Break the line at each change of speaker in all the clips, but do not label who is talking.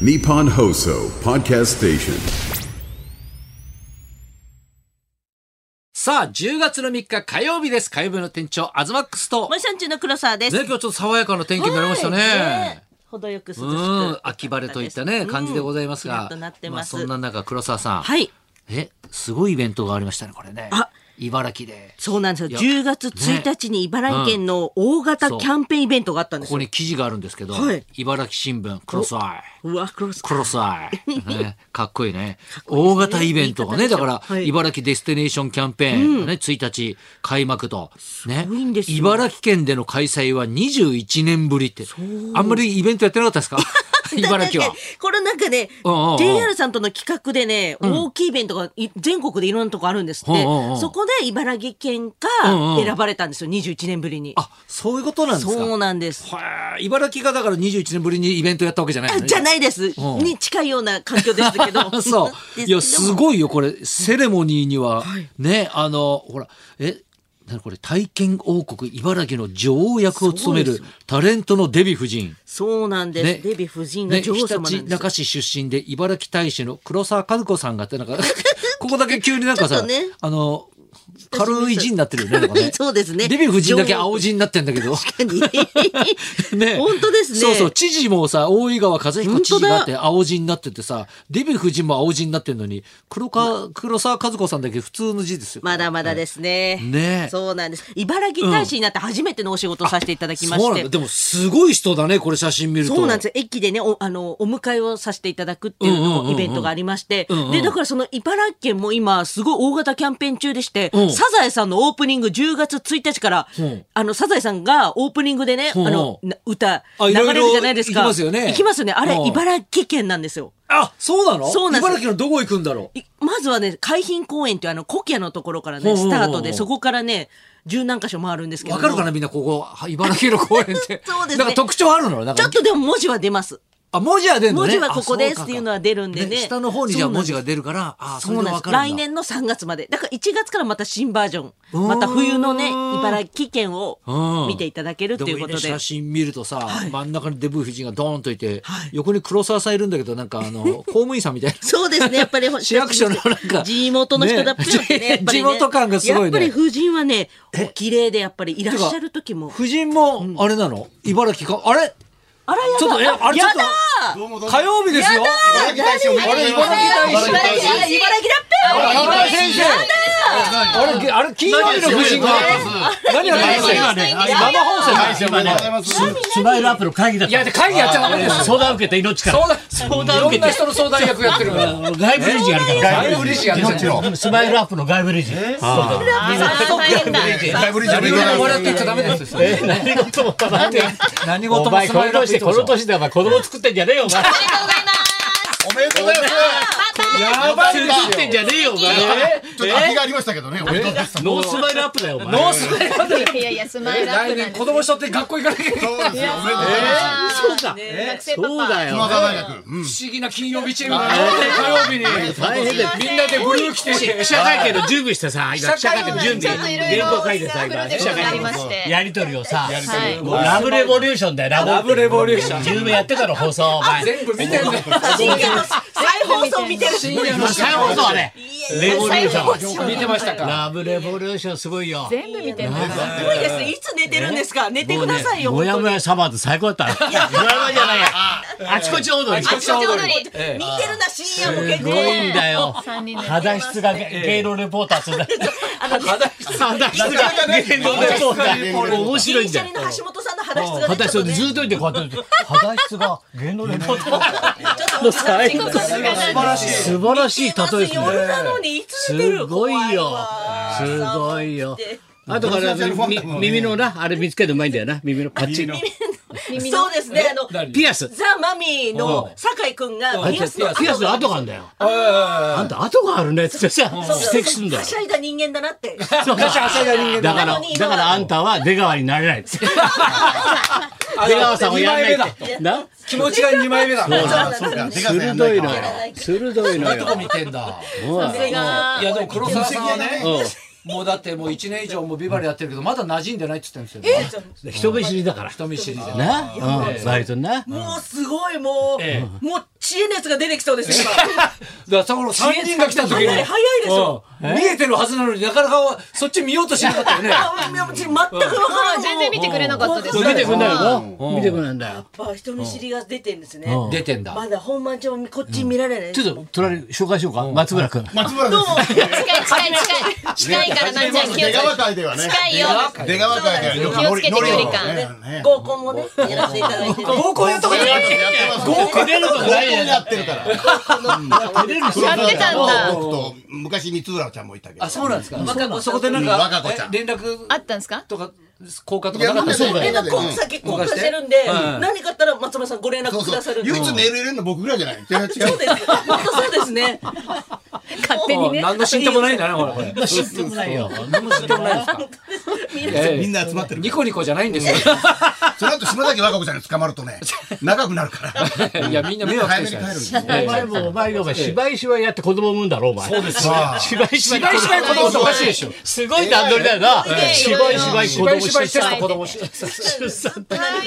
Nippon Hoso Podcast Station.
さあ、10月の3日火曜日です。火曜日の店長、アズマックスと。
モ
ね、
リさん中の黒沢です。
今日ちょっと爽やかな天気になりましたね。
はいね程よく涼しく。
うん、秋晴れといったね、感じでございます
うんキラ
が
ッとなっ、て
まあ
ます。
そんな中、黒沢さん。
はい。
え、すごいイベントがありましたね、これね
あ。
茨城で。
そうなんです
いや
よ。10月1日に茨城県の大型キャンペーンイベントがあったんで
こ
すよ。
こに記事があるんですけど、
はい
茨城新聞、黒沢。
うわ、黒沢。
黒沢、ね、かっこいいね大型イベントがね
言い
だ
方
か
でしょ
ら、
はい
茨城デスティネーションキャンペーンがね、1日開幕と、ね
ごいんですよ
茨城県での開催は21年ぶりってあんまりイベントやってなかった ですか茨城
だ
は
って。 これなんかね
うんうんうん、
JR さんとの企画でね、大きいイベントがい全国でいろんなとこあるんですって
うんうんうん。
そこで茨城県が
うんうん
選ばれたんですよ。21年ぶりに。
あそういうことなんですか
そうなんです。
はあ茨城がだから21年ぶりにイベントやったわけじゃないのね
じゃないです。
うん
に近いような環境ですけ ど。
そう。いや、
ですけど
す
も
ごいよ、これ。セレモニーには、ね、あの、ほら、え、なにこれ、体験王国、茨城の女王役を務め
そ
る
うで
タレントのデヴィ夫人。
そうなんです。
ね
デヴィ夫人が
ね、
女王様なんです
ひ
よ。
たちなか市出身で茨城大使の黒沢和子さんがってなん かここだけ急になんか
ちょ
さ、
っとね
あの軽い字になってるよねなんかね
そうですね
デヴィ夫人だけ青字になってんだけ ど ね
本当ですね
そうそう知事もさ大井川和彦知事があっ
本当
て青字になっててさデヴィ夫人も青字になってるのに黒か黒沢和子さんだけ普通の字ですよ
まだまだですね。
ねえ
そうなんです。茨城大使になって初めてのお仕事をさせていただきま
そ
し
うなん
て。
だでもすごい人だねこれ写真見ると
そうなんですよ駅でねおあのお迎えをさせていただくっていう
うんうん
の
うんう
を
ん
イベントがありまして、
うんうん
でだからその茨城県も今すごい大型キャンペーン中でして、
うん
サザエさんのオープニング10月1日から、
うん
あのサザエさんがオープニングでね、
うん
あのな歌
あ
流
いろいろ
れるじゃないですか
行きますよね
行きますよねあれ、
うん
茨城県なんですよ
あそうなの
そうなんです
茨城のどこ行くんだろう
いまずはね海浜公園っていうあのコキアのところから
ほう
ね
ほうほ
ス
う
タートでそこからね十何箇所回るんですけど
わ
も
かるかなみんなここは茨城の公園って
そうですね
なんか特徴あるのなんか
ちょっとでも文字は出ます
あ文字は出るのね
文字はここで
あ
す
そ
っていうのは出るんでね
下の方にじゃあ文字が出るからあそ
そ
れ
う
で
なん
わ
で
かるん
す
だ
来年の3月までだから1月からまた新バージョ
ー
ンまた冬のね茨城県を
うん
見ていただけるというこ
も
と
ね
で
写真見るとさ、真ん中にデブ夫人がドーンといて、
はい
横に黒沢さんいるんだけどなんかあ の公務員さんみたいな。
そうですねやっぱり
市役所のなんか
地元の人だっぱりね
ね
やっぱりね
地元感がすごいね
やっぱり夫人はねお綺麗でやっぱりいらっしゃる時も
夫人もあれなの、茨城かあれ
あらやだ
ちょっとえあれちょっ
やだ
どうもど
と
うも
火曜日ですよ。
茨城大使おめでとうございます
あれ茨城大
茨城だっ
あら先生。あれあれ金曜日の夫人が何が大
今
事？
ね、
生放送だよ。
おめでとうございます
スマイルアップの会議だっ
い
た。
やで会議やっちゃダメですよ。
相談を受けて命か
相
ら。
談相談いろんな人の相談役やってるから。
外部レジやるから。
外部理事やってる
うんスマイルアップの外部レジ。
笑
外部理事やってる
って言っちゃダメですよ。
え何事もなんで。
何
お
事も
前
ス
こ
マイ
の
ルアップ
年
して
でこの年でお前子供作ってんじゃねえよお前。
おめでとうございます
やばい作ってんじゃねえよお前。
ちょっと空きがありましたけどねおめでとうございます
ノースマイルアップだよお前。
ノースマイルアップで
いやい や、スマイルアッ
来
プなん
年
で
子供しとって学校行かなきゃいけない。
そうですよおめでとうございます
そうだ。
学生パパ
そうだ
駒
よ。
澤大学うん
不思議な金曜日チームが火曜日に
大変だよ。
みんなでブルー着て
記者会見の準備してさ、今記者会見の準
ちょっといろ
備、
いろ
原稿書いてさ、今記者
あ
会
りま
見の
して。
やりとりをさ、
はい。
もうラブレボリューションだよ、ラブ
ラブレボリューション
自分やってたの放送、お前。
全部見てんだよ
再放送見てる
深夜の
再放送はね、レボリューション。
見てましたか
ラブレボリューションすごいよ。
全部見てます。
すごいですねいつ寝てるんですか寝てくださいよ
もうねもや
本当
もやサマーズ最高だった。もやもやじゃないや。あちこち踊り。
あちこち踊り。
に見てるな深夜も結
す
構
ごいんだよ。
三人で。
肌質が芸能レポーターするんだ。肌質が芸能レポーター。面白いん
シ
だ
ャ
よ
リ。の橋本さんの話がね
肌
ちょっと
質で
ね
ずっといてこうやって。肌質が芸能レポーター。もう最高。素晴らしい例えですね。
夜なのにいつ
す
寝てる
ごいよ
怖わ。
すごいよ。あとからみ耳のな、あれ見つけるとうまいんだよな。耳のパッチン。
そうですねあの
ピアス。
ザ・マミィの酒井くんがピアスの
ピアスの跡があるんだよ。あんた跡があるねっつってさ、指摘するんだよ
は。しゃいだ人間だなって。
そうだから、だからあんたは出川になれないっつって。出川さんをやらないって。な
気持ちが2枚目だ
そうか出川さんやんな
鋭
い
い
か
のよ。鋭いのよ。
見てんだ
もう
いやでも黒沢さんはね
うん
もうだってもう1年以上もうビバリやってるけどまだ馴染んでないって言ってるんですよね
人見知りだから。
人見知りで
な、うん、割とな。
もうすごいもう、もう血知恵のやつが出てきそうですね。今
だからさ、この3人が来た時に。
早い早いですよ
うん見えてるはずなのになかなかそっち見ようとしなか ったよね。
あいや全くわからない。
全然見てくれなかったです。
見てくんないよ
ん
見てくれないんだよ。
やっぱ人見知りが出てんですね。
うん
出てんだ。
まだ本番中もこっち見られないです。
ちょっと、隣、紹介しようか。松村君。
松村です。
近い近い近い。近いからなんちゃん気をつけて。
出川会ではね。
近いよ。
出川会ではよく
気をつけて距離
ノリノ
感。
リ
ね
のねね
合コンもね、やらせていただいてる。
合コンやったことない
やってます
合コン出ることないやん
やってるから。
やってたんだ
僕と昔三浦ちゃんもいたけど。
あ、そうなんですか。
若子
そこでなん
うん若
か
子ちゃん
連絡
あったんですか
とか交換とかなかった
いやそうだ
連
よ
絡交換結構交換してるんで、
うん
何かあったら松村さんご連絡
そう
くださ
そう
る。。
唯一
うん
メール入れるの僕ぐらいじゃない。違う違
そう
う。
です。本当そうですね。
勝手にね。
何の進展もないんだね、ほら。これ
知ってもないよ。
何の進展もないんですか。
みんな集まってる
ニ。コニコじゃないんですよ。
その後島崎和歌子ちゃんに捕まるとね、長くなるから。
いや、みんな迷惑
早
で
め
し
に帰
た
るん
ね
で。すよ。
お前も、お前がお前、芝居芝居やって子供産むんだろ、お前。そうです
わ
芝居芝居。
芝居芝居子供っておかしいでしょ。
すごい段取りだよな。芝居芝居子
芝居
供
芝居テ
出
ス
産
ト子供し。い
出産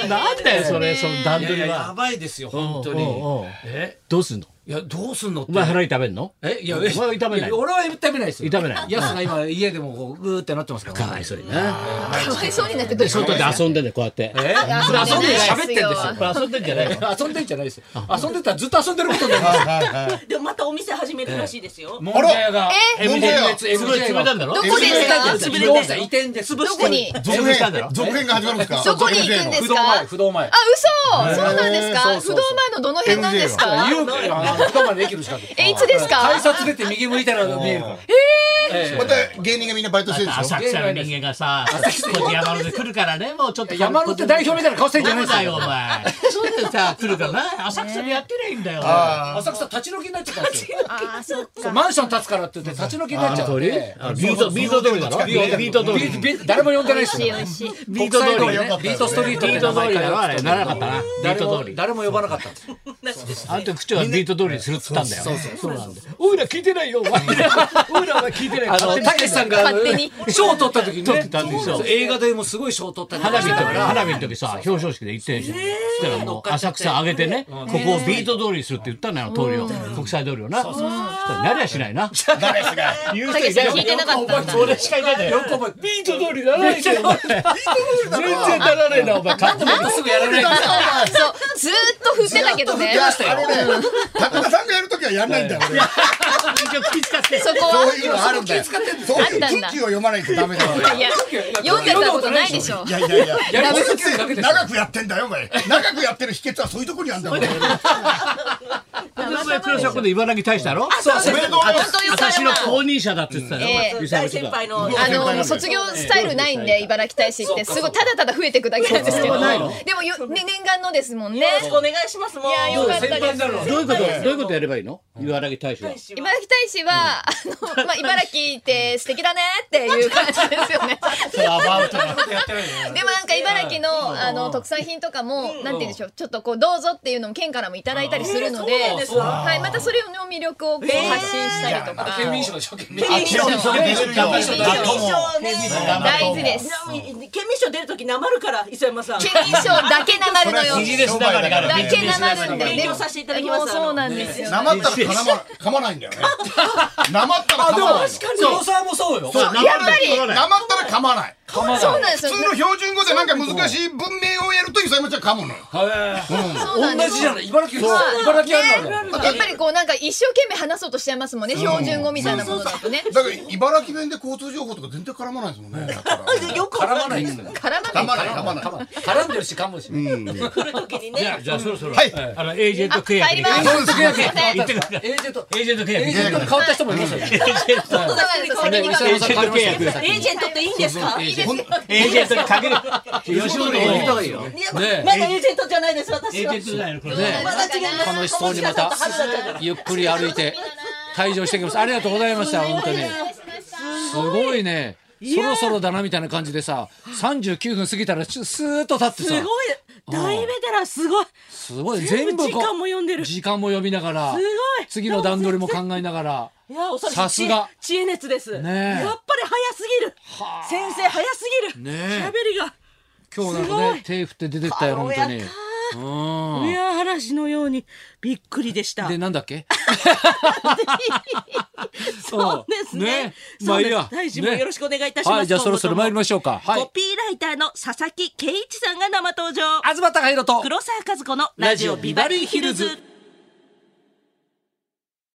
なんだよ、それ、その段
や
取
い
り
や、
は
や。ばいですよ、本当
うんうんうん
に。え
どうすんの
いや、どうすんのって
お。前腹痛めんの
えいや、
お前は痛めない
や俺は痛めないですよ。
痛めない
やすが今、家でもこう、ぐーってなってますから。
かわいそうにな。
かわいそうになってく
で、
る。
外で遊んでんだよ、こうやって。
えそれ遊んでる喋ってんですよ。
これ遊んでんじゃないよ。
遊んでんじゃないですよ。遊んでたらずっと遊んでることになりますよ。
でもまたお店始めるらしいですよ。
モンジェアが、
えモンジェア
MJ
すごい冷たんだろ
どこですか
移転です移転です。
どこに
続
全部したんだろ
編、続編が始まるんですか
どこに行くんです
不動前、
か
不動前
あ。、嘘そうなんですか不動前のどの辺なんですか
言うけど、あの不動前の駅の近く。
え、いつです
改
か
札出て右向いたら見えるから。え
また芸人がみんなバイトしてるでしょ
浅草の人間がさ、こうやって山手来るからね、もうちょっと。
え山手代表みたいな顔してんじゃ
ダ
ない
メ
です
だ
よ
よ、お。前。そうだよ、さ、来るからな。浅草でやってりゃいいんだよ。
浅草立ち退きになっちゃったんですよ。
あ、そっ
そう
か。
マンション建つからって言って立ち退きになっちゃっ
ビ
て。
ート、ビート通りだろビート通り。
ビビ誰も呼んでない
美
で
味
す
しい美
よ。
味しい。
ビート通り
国際通り
ね
ね。ビートストリート
ビート通りだろあれ。ならなかったな。ビー
誰
ト
も
通り。
誰も呼ばなかったんです。
あんた口はビート通りにするっつったんだよ。そうそうそうなんだよ。おいら聞いてないよ、お前 ら。おいらは聞いてない。
あのたけしさんがあの
勝手に
賞を取った時に
取
ね
ってたんですよ
そう映画でもすごい賞を取ったり
花
と
火
か
の
して
時
たから
花火の時さ表彰式で行ってんじゃんそしたらもう浅草上げてねここをビート通りにするって言ったんだよ通りを国際通りをなそしたらなりゃしない な言う人いないよ
聞いてなかったんだ
俺しかいないんだよ
お前
ビート通りならないじゃんお前全然ならないなお前勝手に
なんですぐやらないんですか
そう、ずーっと振ってたけどね。
あのね、高田さんがやるときはやんないんだよ。俺
一応気遣って
そこ
そう
は。
いうのあるんだよ。そういう空気を読まないとダメだよ。
いや、読んでたことないでしょ
い。やいやいや。
やり続けるだけですよ
長くやってんだよ、お前。長くやってる秘訣はそういうとこにあるんだよ。お前
でそれ黒沢君の茨城大使だろ
そうそう
おめでとうございます。
本当よ
私の
あ
公認者だって言ってたよ
ええ
湯沢
大
の人
先
が
輩の。
の卒業スタイルないんで茨城大使ってすごいただただ増えていくだけなんですけどでもよ、ね、念願のですもんね
よろしくお願いします。もう。
いやよかった
先輩になるの
どういうことどういうことやればいいの茨城大使は
茨城大使は、あの、まあ、茨城って素敵だねっていう感じですよね。でもなんか茨城の、あの、特産品とかも、なんて言うんでしょう、ちょっとこう、どうぞっていうのも県からもいただいたりするので、
えーそうなんですか
はい、またそれの魅力をこう発信したりとか、
県民賞でしょ県民
県民
そ
賞
れで
あとも
ね。
大事です。
県民賞出るときなまるから、磯山さん。
県民賞だけなまるのよ。
ビジネス流れがある
だ
ね
けなまるんで、
勉強させていただきます
でもそうなんですよ。
なまったら噛ま噛まないんだよね。なまったら噛まない。
黒沢もそうよ
そう
やっぱり
生で
なまったら噛まない。
そうなんです
普
よ。
通の標準語でなんか難しい文明をやると、伊沢山ちゃん噛むのよ。
そうなんで
同
す
じじゃない茨城茨城あるある
やっぱりこうなんか一生懸命話そうとしちゃいますもんね、標準語みたいなものだとね。
だから茨城弁で交通情報とか全然絡まないですもん ね。だから
よく
絡
わ
ま
かん
な
ないい。
ですよ
絡ま
噛
ない。
まない、噛まない。
絡んでるし噛むしね
来るときに
じゃ
ね
あ。じゃあそろそろ
はい
あのエージェント契
帰
約
り
で
ます。
そうですね。
行ってください
エージェント
エージェント契
エー
約
ジェントに変わった人もいますよね
そうなんですよ。
ね
先に
磯
分か
山さん
る。
変わりましたよ
エージェントっていいんですか。いいです。
エージェントにかける吉本のエージェント
よ
いやまだエージェントじゃないです。
エ
私
ー
は
ジェン。トじゃないのこれ
ね
ね
まだ違います。
楽しそうにまたゆっくり歩いて退場してきましたありがとうございました本当にすごいねそろそろだなみたいな感じでさ39分過ぎたらちょスーッと立って
す
さ
ごい大ベテランすごいす
すごい全
全部
部こう
時間も読んでる
時間も読みながら
ごい
次の段取りも考えながら
いや恐ろしい
さすが
知恵知恵熱です、
ねえ
やっぱり早すぎる先生早すぎる
ねえ
喋りが
今日なんか
すご
ね
い
手振って出てったよ本当に
いやー砂嵐のようにびっくりでした。
で、なんだっけ
そうですね。
ま
そ
あ
う
いい
です
や。
大臣も
ね
よろしくお願いいたします。
はい、じゃあそろそろ参りま
し
しょうか。はい
コ。ピーライターの佐々木圭一さんが生登場。
東貴博と。
黒沢和子のラジオビバリーヒルズ。